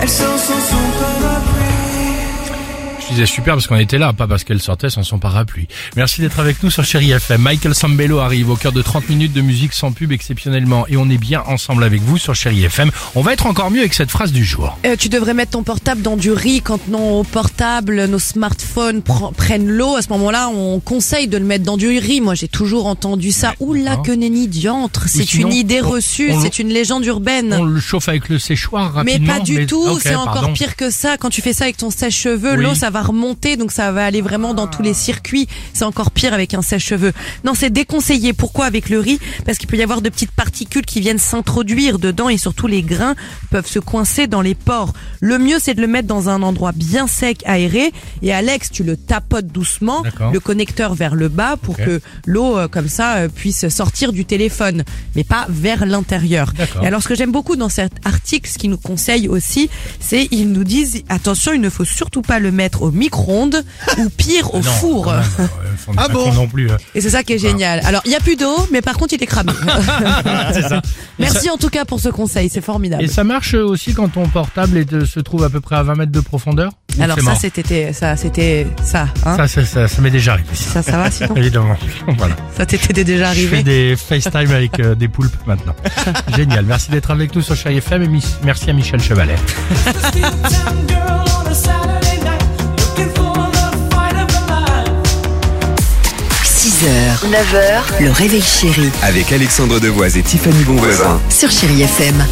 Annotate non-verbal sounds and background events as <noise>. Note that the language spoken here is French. Elle sort sans son parapluie. Je disais super parce qu'on était là, pas parce qu'elle sortait sans son parapluie. Merci d'être avec nous sur Chéri FM. Michael Sambello arrive au cœur de 30 minutes de musique sans pub exceptionnellement et on est bien ensemble avec vous sur Chéri FM. On va être encore mieux avec cette phrase du jour. Euh, tu devrais mettre ton portable dans du riz quand nos portables, nos smartphones pr- prennent l'eau. À ce moment-là, on conseille de le mettre dans du riz. Moi, j'ai toujours entendu ça. Oula, d'accord. que nenni diantre. C'est sinon, une idée on- reçue, on le- c'est une légende urbaine. On le chauffe avec le séchoir mais rapidement. pas du tout, Ok, c'est encore pardon. pire que ça. Quand tu fais ça avec ton sèche-cheveux, Oui. l'eau, ça va remonter, donc ça va aller vraiment dans tous les circuits. C'est encore pire avec un sèche-cheveux. Non, c'est déconseillé. Pourquoi avec le riz Parce qu'il peut y avoir de petites particules qui viennent s'introduire dedans et surtout les grains peuvent se coincer dans les pores. Le mieux, c'est de le mettre dans un endroit bien sec, aéré. Et Alex, tu le tapotes doucement, D'accord. le connecteur vers le bas pour Ok. que l'eau, euh, comme ça, euh, puisse sortir du téléphone, mais pas vers l'intérieur. D'accord. Et alors, ce que j'aime beaucoup dans cet article, ce qu'ils nous conseillent aussi, c'est ils nous disent attention, il ne faut surtout pas le mettre <laughs> au micro-ondes ou pire au Non, four. quand même, euh, faut pas bon qu'on non plus. euh. Et c'est ça qui est génial. Alors, il n'y a plus d'eau, mais par contre, il <laughs> est cramé. <laughs> Merci en tout cas pour ce conseil, c'est formidable. Et ça marche aussi quand ton portable est de- se trouve à peu près à 20 mètres de profondeur. Ou Alors c'est ça, mort c'était ça, c'était ça. Hein ça, ça, ça, ça m'est déjà arrivé. ça, ça, ça va sinon Évidemment. <laughs> voilà. Ça t'était déjà Je fais arrivé des FaceTime avec euh, des poulpes <laughs> maintenant. Génial. Merci d'être avec nous sur Chérie FM et mis- merci à Michel Chevalet. Steal town girl on a Saturday night. Looking for the fight of her life. 6h, 9h, le réveil chéri Avec Alexandre Devoise et Tiffany Bonvoisin. sur Chéri FM.